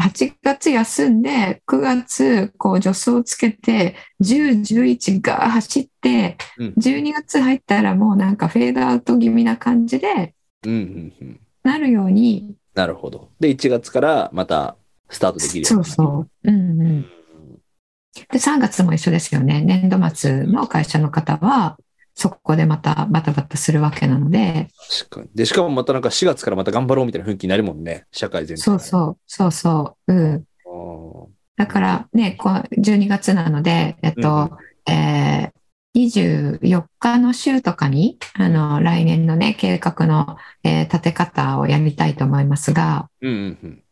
[SPEAKER 2] 8月休んで、9月、こう、助走をつけて、10、11が走って、
[SPEAKER 3] うん
[SPEAKER 2] 12月入ったらもうなんかフェードアウト気味な感じで、
[SPEAKER 3] うんうんうん。
[SPEAKER 2] なるように、
[SPEAKER 3] なるほど。で、1月からまたスタートできるよ
[SPEAKER 2] そうそう。うんう。
[SPEAKER 3] うん
[SPEAKER 2] で、3月も一緒ですよね。年度末の会社の方は、そこでまたバタバタするわけなので、
[SPEAKER 3] 確かに。で、しかもまたなんか4月からまた頑張ろうみたいな雰囲気になるもんね。社会全体。
[SPEAKER 2] そうそう、そうそう、うん。
[SPEAKER 3] う。
[SPEAKER 2] だからね、こう12月なので、えっと、えー24日の週とかに、あの、来年のね、計画の、えー立て方をやりたいと思いますが、
[SPEAKER 3] うんうん
[SPEAKER 2] うん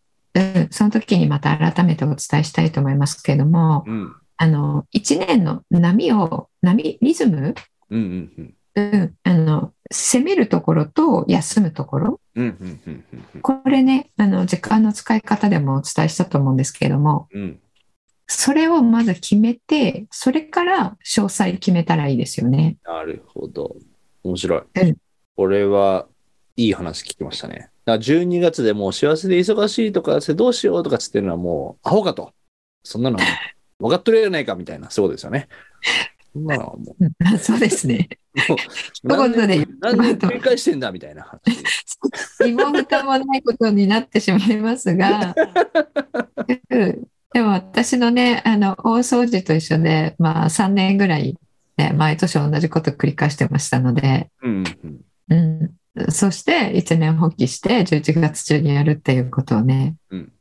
[SPEAKER 2] その時にまた改めてお伝えしたいと思いますけれども、
[SPEAKER 3] うん。うん
[SPEAKER 2] あの、1年の波を、波、リズム、
[SPEAKER 3] うんうんうん。
[SPEAKER 2] うん、あの、攻めるところと休むところ、
[SPEAKER 3] うんうんうんうんうん
[SPEAKER 2] これね、あの、時間の使い方でもお伝えしたと思うんですけれども、
[SPEAKER 3] うん。
[SPEAKER 2] それをまず決めて、それから詳細決めたらいいですよね。
[SPEAKER 3] なるほど。面白
[SPEAKER 2] う
[SPEAKER 3] い
[SPEAKER 2] ん。
[SPEAKER 3] これはいい話聞きましたね。だから12月でもう幸せで忙しいとか、どうしようとかっつってるのはもう、アホかと。そんなの分かっとるやないかみたいな、そういうことですよね。そんなのはも
[SPEAKER 2] うん [laughs] あそうですね。
[SPEAKER 3] う、もう
[SPEAKER 2] 一言で言う
[SPEAKER 3] 何年何年繰り返してんだみたいな話。
[SPEAKER 2] 芋蓋もないことになってしまいますが、うんでも私のね、あの、大掃除と一緒で、まあ3年ぐらい、ね、毎年同じこと繰り返してましたので、
[SPEAKER 3] うんうん
[SPEAKER 2] うん。そして一年発起して11月中にやるっていうことをね、
[SPEAKER 3] うん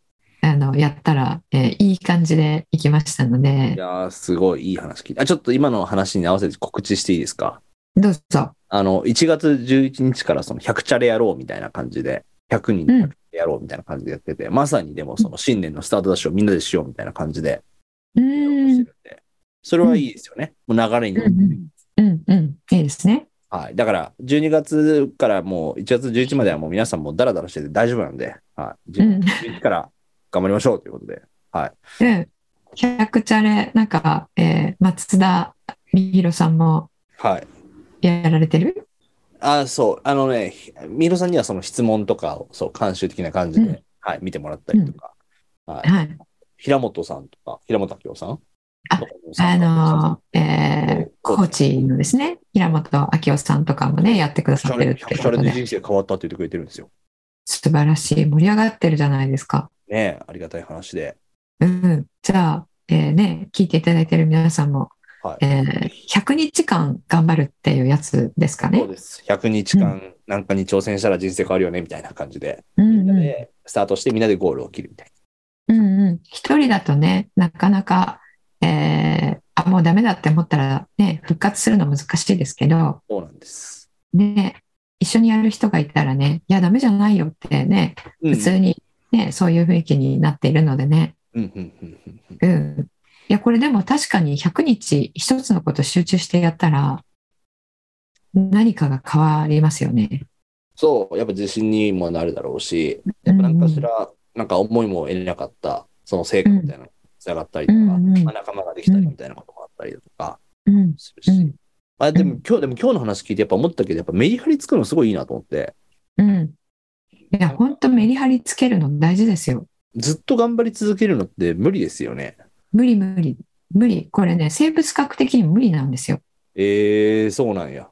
[SPEAKER 2] あの、やったら、えーいい感じでいきましたの
[SPEAKER 3] うん。い
[SPEAKER 2] で、
[SPEAKER 3] やー、すごいいい話聞いた。あちょっと今の話に合わせて告知していいですか
[SPEAKER 2] どうぞ。
[SPEAKER 3] あの、1月11日からその100チャレやろうみたいな感じで、100人で
[SPEAKER 2] うん
[SPEAKER 3] 100チャレやろうみたいな感じでやってて、まさにでもその新年のスタートダッシュをみんなでしようみたいな感じで、
[SPEAKER 2] う
[SPEAKER 3] やろうとして
[SPEAKER 2] ん。
[SPEAKER 3] るんでそれはいいですよね。もう流れに乗って
[SPEAKER 2] う
[SPEAKER 3] る。
[SPEAKER 2] んうんうん。いいですね。
[SPEAKER 3] はい。だから、12月からもう1月11まではもう皆さんもうダラダラしてて大丈夫なんで、はい。
[SPEAKER 2] う
[SPEAKER 3] 11
[SPEAKER 2] ん。
[SPEAKER 3] 日から頑張りましょうということで。
[SPEAKER 2] で、100チャレ、なんか、えー松田美弘さんも
[SPEAKER 3] はい。
[SPEAKER 2] やられてる
[SPEAKER 3] あそう、あのね、ひミロさんにはその質問とかを、そう、監修的な感じで、
[SPEAKER 2] うん
[SPEAKER 3] はい、見てもらったりとか、はい、
[SPEAKER 2] はい。
[SPEAKER 3] 平本さんとか、平本明夫さん
[SPEAKER 2] あ
[SPEAKER 3] とかも
[SPEAKER 2] あ
[SPEAKER 3] 参加
[SPEAKER 2] のー、えーコーチのですね、平本明夫さんとかもね、やってくださってるって
[SPEAKER 3] 100
[SPEAKER 2] こ
[SPEAKER 3] シャ
[SPEAKER 2] と
[SPEAKER 3] レで
[SPEAKER 2] で、
[SPEAKER 3] 人生変わったって言ってくれてるんですよ。
[SPEAKER 2] 素晴らしい、盛り上がってるじゃないですか。
[SPEAKER 3] ねえありがたい話で。
[SPEAKER 2] うん。じゃあ、えーね、聞いていただいてる皆さんも、
[SPEAKER 3] はい
[SPEAKER 2] えー100日間頑張るっていうやつですか
[SPEAKER 3] そ
[SPEAKER 2] ね。
[SPEAKER 3] うです。100日間なんかに挑戦したら人生変わるよね、みたいな感じで、
[SPEAKER 2] うん
[SPEAKER 3] みん
[SPEAKER 2] う
[SPEAKER 3] なんでスタートしてみんなでゴールを切るみたい
[SPEAKER 2] うんうん、一人だとね、なかなか、えーあ、もうダメだって思ったらね、復活するの難しいですけど、
[SPEAKER 3] な。そうなんです。
[SPEAKER 2] ね、一緒にやる人がいたらね、いや、ダメじゃないよってね、
[SPEAKER 3] うん、
[SPEAKER 2] 普通にね、そういう雰囲気になっているのでね、
[SPEAKER 3] うんうんうんうんうん
[SPEAKER 2] うん。いや、これでも確かに100日一つのこと集中してやったら、何かが変わりますよね。
[SPEAKER 3] そう、やっぱ自信にもなるだろうし、やっぱ何かしら、なんか思いも得なかった、その成果みたいなのにつながったりと
[SPEAKER 2] う
[SPEAKER 3] か、
[SPEAKER 2] んうん
[SPEAKER 3] まあ、仲間ができたりみたいなことがあったりとか
[SPEAKER 2] うん、
[SPEAKER 3] するし、
[SPEAKER 2] うん
[SPEAKER 3] まあでも今日、でも今日の話聞いてやっぱ思ったけど、やっぱメリハリつくのすごいいいなと思って、
[SPEAKER 2] うん。いや、本当メリハリつけるの大事ですよ。
[SPEAKER 3] ずっと頑張り続けるのって無理ですよね。
[SPEAKER 2] 無理無理無理これね生物学的に無理なんですよ
[SPEAKER 3] ええそうなんや。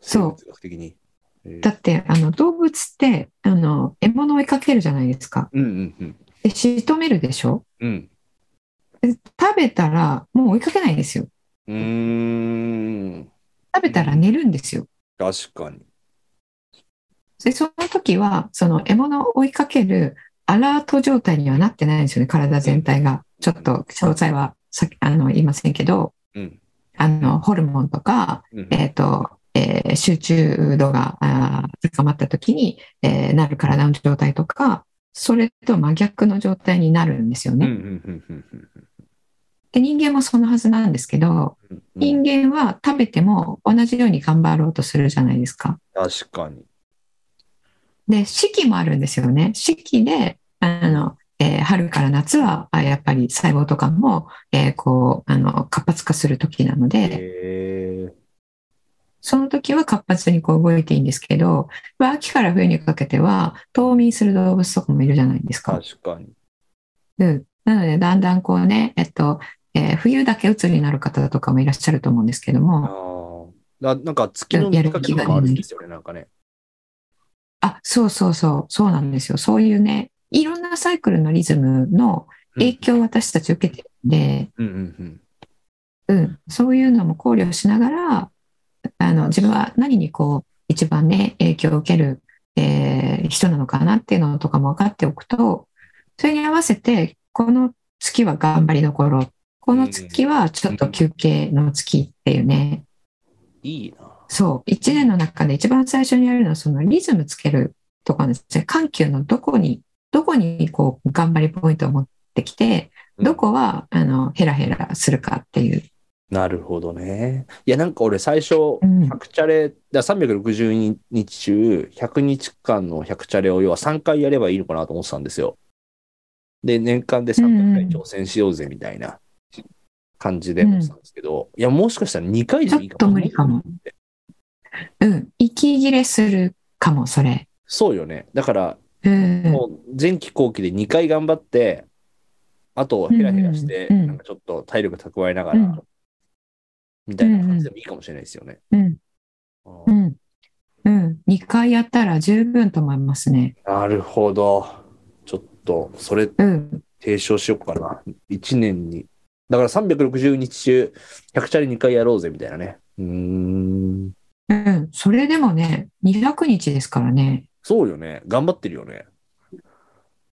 [SPEAKER 2] そう
[SPEAKER 3] 生物学的に。え
[SPEAKER 2] だ
[SPEAKER 3] ー
[SPEAKER 2] ってあの動物ってあの獲物を追いかけるじゃないですか
[SPEAKER 3] うんうんうん。
[SPEAKER 2] で仕留めるでしょ
[SPEAKER 3] うん。
[SPEAKER 2] で食べたらもう追いかけないんですよ
[SPEAKER 3] うーん。
[SPEAKER 2] 食べたら寝るんですよ
[SPEAKER 3] 確かに。
[SPEAKER 2] でその時はその獲物を追いかけるアラート状態にはなってないんですよね体全体がちょっと詳細はさあの言いませんけど
[SPEAKER 3] うん。
[SPEAKER 2] あのホルモンとか
[SPEAKER 3] うん
[SPEAKER 2] えーとえー集中度があー高まった時に、えーなる体の状態とかそれと真逆の状態になるんですよ
[SPEAKER 3] うんう
[SPEAKER 2] ね。
[SPEAKER 3] んうんうん
[SPEAKER 2] で人間もそのはずなんですけど
[SPEAKER 3] うんうん。
[SPEAKER 2] 人間は食べても同じように頑張ろうとするじゃないですか。
[SPEAKER 3] 確かに。
[SPEAKER 2] で四季もあるんですよね。四季であの、えー春から夏はあやっぱり細胞とかも、えーこうあの活発化する時なので。
[SPEAKER 3] ええ
[SPEAKER 2] その時は活発にこう動いていいんですけど、まあ秋から冬にかけては冬眠する動物とかもいるじゃないですか。
[SPEAKER 3] 確かに。
[SPEAKER 2] うん、なのでだんだんこうね、えっとえー冬だけ鬱になる方とかもいらっしゃると思うんですけども、
[SPEAKER 3] ああ。ななんか月の見かけとかあるんですよね、なんかね。
[SPEAKER 2] あ、そうそうそう、そうなんですよ。そういうね、いろんなサイクルのリズムの影響を私たち受けてるんで、
[SPEAKER 3] うんうん
[SPEAKER 2] うん、そういうのも考慮しながら、あの自分は何にこう一番ね影響を受ける、えー人なのかなっていうのとかも分かっておくと、それに合わせてこの月は頑張りどころ、この月はちょっと休憩の月っていうね、
[SPEAKER 3] いいな。
[SPEAKER 2] そう、一年の中で一番最初にやるのは、そのリズムつけるところですね。緩急のどこに、どこにこう、頑張りポイントを持ってきて、どこは、あの、ヘラヘラするかっていう。
[SPEAKER 3] なるほどね。いや、なんか俺最初、
[SPEAKER 2] うん
[SPEAKER 3] 100チャレ、だから360日中、100日間の100チャレを要は3回やればいいのかなと思ってたんですよ。で、年間で300回挑戦しようぜみたいな感じで思ってたんですけど、いや、もしかしたら2回でいいかも。
[SPEAKER 2] ちょっと無理かも。うん、息切れするかも、それ。
[SPEAKER 3] そうよね。だから、
[SPEAKER 2] うん。
[SPEAKER 3] もう前期後期で2回頑張って、あとヘラヘラして、
[SPEAKER 2] うんうんうん
[SPEAKER 3] なんかちょっと体力蓄えながら、
[SPEAKER 2] うん
[SPEAKER 3] みたいな感じでもいいかもしれないですよね。
[SPEAKER 2] うん、
[SPEAKER 3] あー
[SPEAKER 2] うん。うん。2回やったら十分と思いますね。
[SPEAKER 3] なるほど。ちょっと、それ
[SPEAKER 2] うん。
[SPEAKER 3] 提唱しようかな。1年に。だから360日中、100チャレ2回やろうぜ、みたいなね。うーん。
[SPEAKER 2] うん。それでもね、200日ですからね、
[SPEAKER 3] そうよね。頑張ってるよね。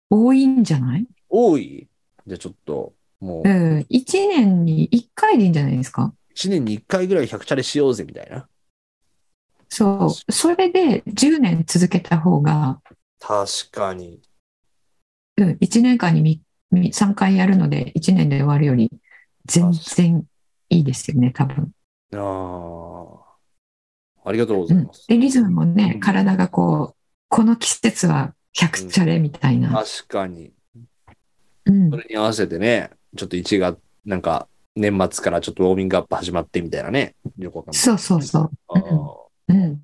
[SPEAKER 2] 多いんじゃない
[SPEAKER 3] 多いじゃあちょっと、もう
[SPEAKER 2] う、ん。1年に1回でいいんじゃないですか
[SPEAKER 3] 1年に1回ぐらい100チャレしようぜ、みたいな。
[SPEAKER 2] そう。それで10年続けた方が、
[SPEAKER 3] 確かに。
[SPEAKER 2] うん、1年間に3回やるので、1年で終わるより、全然いいですよね、多分。
[SPEAKER 3] あーありがとうご
[SPEAKER 2] う
[SPEAKER 3] ざい
[SPEAKER 2] ん
[SPEAKER 3] ます。
[SPEAKER 2] で、リズムも
[SPEAKER 3] う
[SPEAKER 2] ね
[SPEAKER 3] ん、
[SPEAKER 2] 体がこう、この季節は100チャレみたいな。
[SPEAKER 3] 確かに。
[SPEAKER 2] うん
[SPEAKER 3] そ。れに合わせてね、ちょっと1月、なんか、年末からちょっとウォーミングアップ始まってみたいなね。よくわかんない。
[SPEAKER 2] そうそうそう。う
[SPEAKER 3] あ
[SPEAKER 2] ん
[SPEAKER 3] ー
[SPEAKER 2] うん。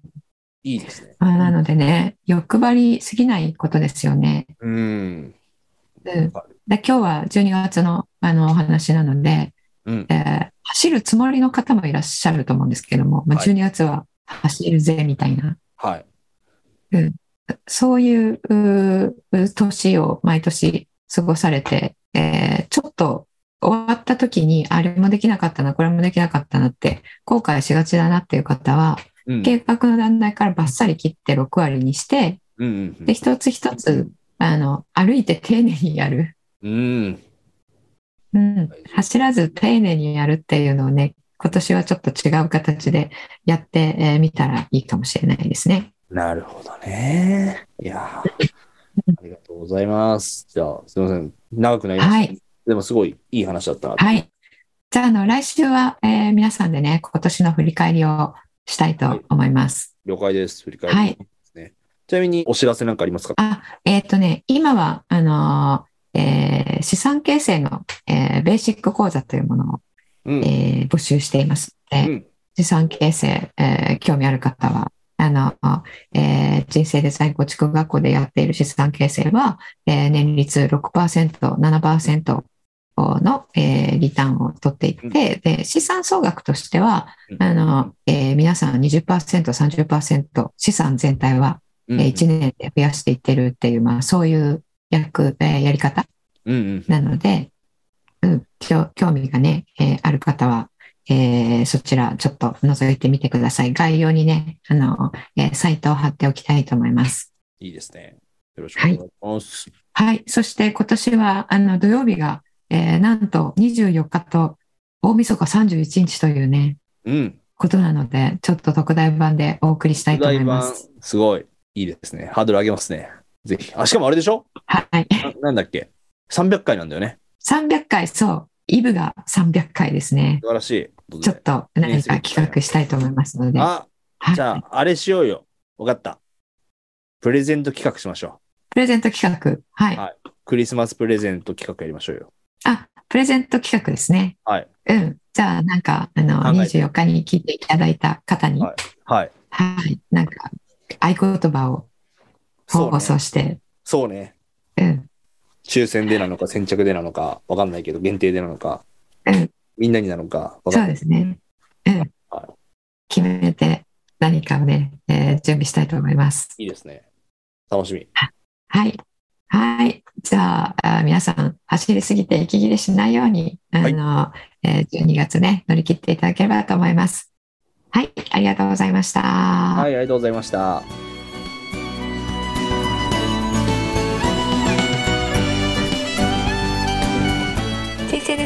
[SPEAKER 3] いいですね。
[SPEAKER 2] まあ、なのでね、欲張りすぎないことですよね。
[SPEAKER 3] うん。
[SPEAKER 2] うん。で今日は12月のあのお話なので、
[SPEAKER 3] うん。
[SPEAKER 2] えー走るつもりの方もいらっしゃると思うんですけども、まあ、
[SPEAKER 3] はい
[SPEAKER 2] 12月は走るぜみたいな、
[SPEAKER 3] はい。
[SPEAKER 2] そういううー年を毎年過ごされて、えーちょっと終わった時に、あれもできなかったな、これもできなかったなって、後悔しがちだなっていう方は、
[SPEAKER 3] うん。
[SPEAKER 2] 計画の段階からバッサリ切って6割にして、
[SPEAKER 3] うんうんうん
[SPEAKER 2] で、一つ一つ、あの、歩いて丁寧にやる。
[SPEAKER 3] うん。
[SPEAKER 2] うん。走らず丁寧にやるっていうのをね、今年はちょっと違う形でやってえーみたらいいかもしれないですね。
[SPEAKER 3] なるほどね。いやーありがとうございます。じゃあ、すいません。長くなりました。
[SPEAKER 2] はい
[SPEAKER 3] でも、すごいいい話だったな。
[SPEAKER 2] はい。じゃあ、あの、来週は、えー皆さんでね、今年の振り返りをしたいと思います。
[SPEAKER 3] 了解です。振り返り、
[SPEAKER 2] はい
[SPEAKER 3] ですね。ちなみに、お知らせなんかありますか
[SPEAKER 2] えっ、とね、今は、あのーえー資産形成の、えーベーシック講座というものを、
[SPEAKER 3] うん。
[SPEAKER 2] えー募集していますので、
[SPEAKER 3] うん
[SPEAKER 2] 資産形成、えー興味ある方は、あの、えー人生デザイン構築学校でやっている資産形成は、えー年率6%、7%の、えーリターンを取っていって、
[SPEAKER 3] うん
[SPEAKER 2] で、資産総額としては
[SPEAKER 3] う、ん
[SPEAKER 2] あの、えー皆さん20%、30%、資産全体は、
[SPEAKER 3] う
[SPEAKER 2] え
[SPEAKER 3] ん
[SPEAKER 2] ー1年で増やしていってるっていう、まあ、そういう役、えーやり方
[SPEAKER 3] うんうん。
[SPEAKER 2] なので、うん、興興味がね、えーある方は、えーそちらちょっと覗いてみてください。概要にね、あの、えーサイトを貼っておきたいと思います。
[SPEAKER 3] いいですね。よろしくお願いします。
[SPEAKER 2] はい。そして今年は、あの、土曜日が、えーなんと24日と大晦日31日というね、
[SPEAKER 3] うん。
[SPEAKER 2] ことなので、ちょっと特大版でお送りしたいと思います。
[SPEAKER 3] すごい。いいですね。ハードル上げますね。ぜひ。あ、しかもあれでしょ
[SPEAKER 2] はい。
[SPEAKER 3] ななんだっけ ?300 回なんだよね。
[SPEAKER 2] 300回、そう。イブが300回ですね。
[SPEAKER 3] 素晴らしいことで。
[SPEAKER 2] ちょっと何か企画したいと思いますので。
[SPEAKER 3] あ、
[SPEAKER 2] はい
[SPEAKER 3] じゃあ、あれしようよ。わかった。プレゼント企画しましょ
[SPEAKER 2] プレゼント企画。はい。
[SPEAKER 3] はいいう。クリスマスプレゼント企画やりましょうよ。
[SPEAKER 2] あ、プレゼント企画ですね。
[SPEAKER 3] はい。
[SPEAKER 2] うん。じゃあ、なんか、あの、
[SPEAKER 3] 考えて
[SPEAKER 2] 24日に聞いていただいた方に、
[SPEAKER 3] は
[SPEAKER 2] はい
[SPEAKER 3] はい。
[SPEAKER 2] い。なんか、合言葉を
[SPEAKER 3] そう
[SPEAKER 2] 放送
[SPEAKER 3] ね。
[SPEAKER 2] して、
[SPEAKER 3] そうね。
[SPEAKER 2] うん。
[SPEAKER 3] 抽選でなのか、先着でなのか、わかんないけど、限定でなのか、
[SPEAKER 2] うん
[SPEAKER 3] みんなになのか、わ
[SPEAKER 2] そう
[SPEAKER 3] か
[SPEAKER 2] ん
[SPEAKER 3] ない。
[SPEAKER 2] ですね。うん
[SPEAKER 3] はい。
[SPEAKER 2] 決めて何かをね、えー準備したいと思います。
[SPEAKER 3] いいですね。楽しみ。
[SPEAKER 2] はい。はい。じゃあ、あ皆さん、走りすぎて息切れしないように、あの、えー12月ね、乗り切っていただければと思います。はい。ありがとうございました。
[SPEAKER 3] は、
[SPEAKER 2] はい
[SPEAKER 3] ありがとうございました。
[SPEAKER 4] 人生デ